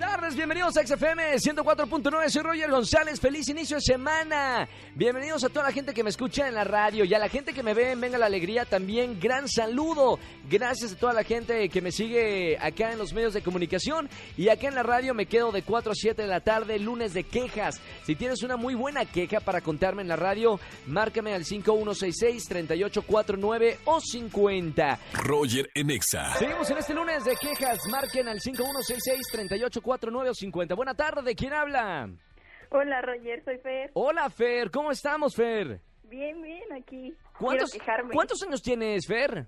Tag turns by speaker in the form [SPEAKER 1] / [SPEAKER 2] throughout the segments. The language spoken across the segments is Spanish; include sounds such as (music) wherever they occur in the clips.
[SPEAKER 1] tardes, bienvenidos a XFM 104.9, soy Roger González, feliz inicio de semana. Bienvenidos a toda la gente que me escucha en la radio y a la gente que me ve en Venga la Alegría también, gran saludo. Gracias a toda la gente que me sigue acá en los medios de comunicación y acá en la radio me quedo de 4 a 7 de la tarde, lunes de quejas. Si tienes una muy buena queja para contarme en la radio, márcame al 5166-3849 o 50.
[SPEAKER 2] Roger en Exa.
[SPEAKER 1] Seguimos en este lunes de quejas. Marquen al 5166-3849-50. Buena tarde, ¿quién habla?
[SPEAKER 3] Hola Roger, soy Fer.
[SPEAKER 1] Hola, Fer. ¿Cómo estamos, Fer?
[SPEAKER 3] Bien, bien aquí.
[SPEAKER 1] ¿Cuántos,
[SPEAKER 3] Quiero quejarme.
[SPEAKER 1] ¿Cuántos años tienes, Fer?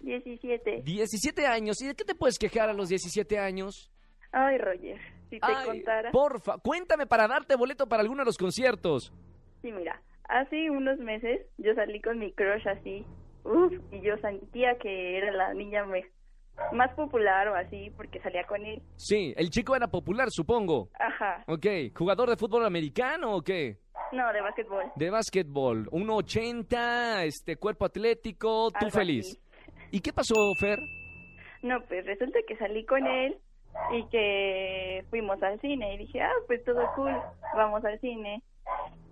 [SPEAKER 3] 17.
[SPEAKER 1] 17 años. ¿Y de qué te puedes quejar a los 17 años?
[SPEAKER 3] Ay Roger, si te
[SPEAKER 1] Ay,
[SPEAKER 3] contara.
[SPEAKER 1] Porfa, cuéntame para darte boleto para alguno de los conciertos.
[SPEAKER 3] Sí, mira, hace unos meses yo salí con mi crush así. Uf, y yo sentía que era la niña me- más popular o así porque salía con él.
[SPEAKER 1] Sí, el chico era popular, supongo.
[SPEAKER 3] Ajá.
[SPEAKER 1] Ok, ¿jugador de fútbol americano o qué?
[SPEAKER 3] No, de básquetbol.
[SPEAKER 1] De básquetbol, 1.80, este, cuerpo atlético, tú
[SPEAKER 3] Algo
[SPEAKER 1] feliz.
[SPEAKER 3] así.
[SPEAKER 1] ¿Y qué pasó, Fer?
[SPEAKER 3] No, pues resulta que salí con
[SPEAKER 1] Ah.
[SPEAKER 3] él y que fuimos al cine y dije, ah, pues todo cool, vamos al cine.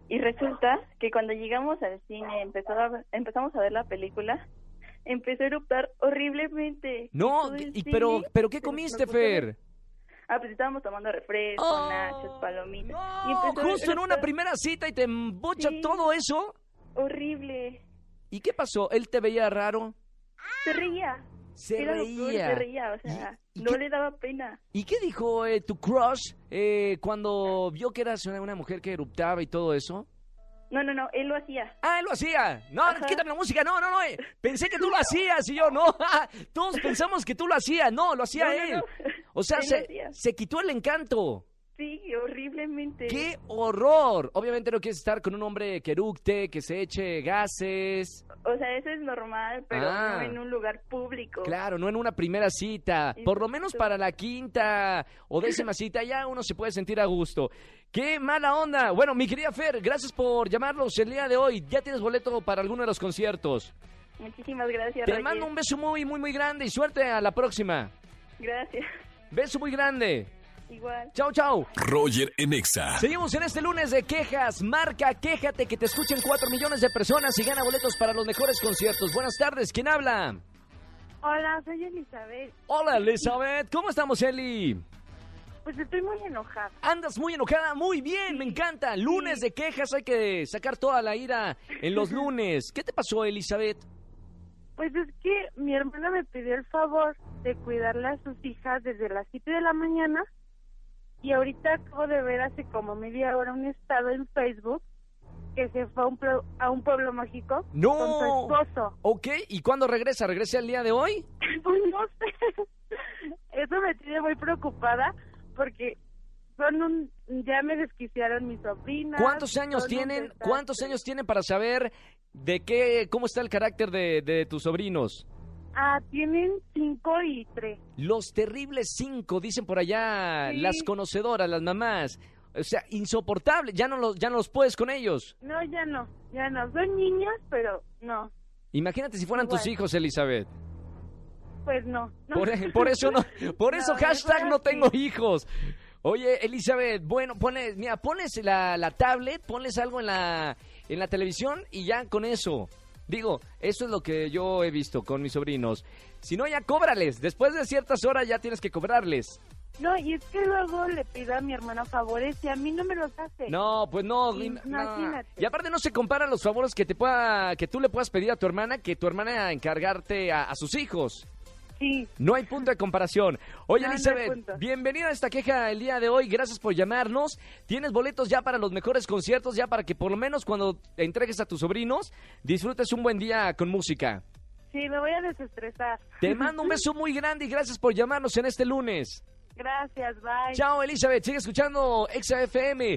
[SPEAKER 3] Y resulta que cuando llegamos al cine empezó a- empezamos a ver la película, empezó a eruptar horriblemente.
[SPEAKER 1] No,
[SPEAKER 3] todo el
[SPEAKER 1] y- pero,
[SPEAKER 3] cine
[SPEAKER 1] pero ¿qué
[SPEAKER 3] se
[SPEAKER 1] comiste,
[SPEAKER 3] desplomó todo.
[SPEAKER 1] Fer?
[SPEAKER 3] Ah, pues estábamos tomando refresco,
[SPEAKER 1] Oh,
[SPEAKER 3] nachos, palomitas. y
[SPEAKER 1] No,
[SPEAKER 3] empezó a
[SPEAKER 1] justo en una
[SPEAKER 3] eruptar
[SPEAKER 1] primera cita y te embocha
[SPEAKER 3] Sí.
[SPEAKER 1] todo eso.
[SPEAKER 3] Horrible.
[SPEAKER 1] ¿Y qué pasó? ¿Él te veía raro?
[SPEAKER 3] Se reía.
[SPEAKER 1] Se
[SPEAKER 3] era lo peor, se
[SPEAKER 1] reía.
[SPEAKER 3] reía, o sea,
[SPEAKER 1] ¿Y- y
[SPEAKER 3] no
[SPEAKER 1] qué-
[SPEAKER 3] le daba pena.
[SPEAKER 1] ¿Y qué dijo eh, tu crush eh, cuando vio que eras una, una mujer que eruptaba y todo eso?
[SPEAKER 3] No, no, no, él lo hacía.
[SPEAKER 1] Ah, él lo hacía. No,
[SPEAKER 3] Ajá.
[SPEAKER 1] quítame la música. No, no, no. eh. Pensé que tú lo hacías y yo no. (laughs) Todos pensamos que tú lo hacías. No, lo hacía
[SPEAKER 3] No, no,
[SPEAKER 1] él.
[SPEAKER 3] no.
[SPEAKER 1] O sea,
[SPEAKER 3] Él lo
[SPEAKER 1] se,
[SPEAKER 3] hacía.
[SPEAKER 1] se quitó el encanto.
[SPEAKER 3] Sí, horriblemente.
[SPEAKER 1] ¡Qué horror! Obviamente no quieres estar con un hombre que eructe, que se eche gases.
[SPEAKER 3] O sea, eso es normal, pero
[SPEAKER 1] Ah.
[SPEAKER 3] no en un lugar público.
[SPEAKER 1] Claro, no en una primera cita. Por lo menos
[SPEAKER 3] Exacto.
[SPEAKER 1] para la quinta o décima cita ya uno se puede sentir a gusto. ¡Qué mala onda! Bueno, mi querida Fer, gracias por llamarnos el día de hoy. Ya tienes boleto para alguno de los conciertos.
[SPEAKER 3] Muchísimas gracias.
[SPEAKER 1] Te
[SPEAKER 3] Roger.
[SPEAKER 1] mando un beso muy, muy, muy grande y suerte a la próxima.
[SPEAKER 3] Gracias. (laughs)
[SPEAKER 1] Beso muy grande.
[SPEAKER 3] Igual.
[SPEAKER 1] Chao, chao.
[SPEAKER 2] Roger en Exa.
[SPEAKER 1] Seguimos en este lunes de quejas. Marca, quéjate que te escuchen 4 millones de personas y gana boletos para los mejores conciertos. Buenas tardes, ¿quién habla?
[SPEAKER 4] Hola, soy Elizabeth.
[SPEAKER 1] Hola, Elizabeth. ¿Cómo estamos, Eli?
[SPEAKER 4] Pues estoy muy enojada.
[SPEAKER 1] Andas muy enojada, muy bien, me encanta. Lunes de quejas, hay que sacar toda la ira en los lunes. ¿Qué te pasó, Elizabeth?
[SPEAKER 4] Pues es que mi hermana me pidió el favor de cuidarle a sus hijas desde las 7 de la mañana y ahorita acabo de ver hace como media hora un estado en Facebook que se fue a un, pro- a un pueblo mágico
[SPEAKER 1] No.
[SPEAKER 4] con su esposo.
[SPEAKER 1] Ok, ¿y cuándo regresa? ¿Regresa el día de hoy?
[SPEAKER 4] Pues no sé. (laughs) Eso me tiene muy preocupada porque son un... Ya me desquiciaron mis sobrinas.
[SPEAKER 1] ¿Cuántos años
[SPEAKER 4] son un
[SPEAKER 1] tienen?
[SPEAKER 4] desastre.
[SPEAKER 1] ¿Cuántos años tienen para saber de qué, cómo está el carácter de, de tus sobrinos?
[SPEAKER 4] Ah, tienen 5 y 3.
[SPEAKER 1] Los terribles cinco, dicen por allá
[SPEAKER 4] Sí.
[SPEAKER 1] las conocedoras, las mamás. O sea, insoportable, ya no, los, ya no los puedes con ellos.
[SPEAKER 4] No, ya no, ya no. Son niños, pero no,
[SPEAKER 1] Imagínate si fueran tus
[SPEAKER 4] Igual.
[SPEAKER 1] hijos, Elizabeth.
[SPEAKER 4] pues no. no.
[SPEAKER 1] Por, por eso no, por
[SPEAKER 4] (laughs)
[SPEAKER 1] eso
[SPEAKER 4] No,
[SPEAKER 1] hashtag
[SPEAKER 4] mejor
[SPEAKER 1] no
[SPEAKER 4] así.
[SPEAKER 1] tengo hijos. Oye, Elizabeth, bueno, pones, mira, pones la, la tablet, pones algo en la, en la televisión y ya con eso. Digo, eso es lo que yo he visto con mis sobrinos. Si no, ya cóbrales. Después de ciertas horas ya tienes que cobrarles.
[SPEAKER 4] No, y es que luego le pido a mi hermano favores y a mí no me los hace.
[SPEAKER 1] No, pues no,
[SPEAKER 4] Sí,
[SPEAKER 1] im- no.
[SPEAKER 4] imagínate.
[SPEAKER 1] Y aparte no se comparan los favores que te pueda, que tú le puedas pedir a tu hermana, que tu hermana encargarte a, a sus hijos.
[SPEAKER 4] Sí,
[SPEAKER 1] No hay punto de comparación. Oye,
[SPEAKER 4] No, no hay
[SPEAKER 1] Elizabeth,
[SPEAKER 4] punto.
[SPEAKER 1] bienvenida a esta queja el día de hoy. Gracias por llamarnos. Tienes boletos ya para los mejores conciertos, ya para que por lo menos cuando entregues a tus sobrinos, disfrutes un buen día con música.
[SPEAKER 4] sí, me voy a desestresar. (laughs)
[SPEAKER 1] Te mando un beso muy grande y gracias por llamarnos en este lunes.
[SPEAKER 4] Gracias, bye.
[SPEAKER 1] Chao, Elizabeth. Sigue escuchando XFM.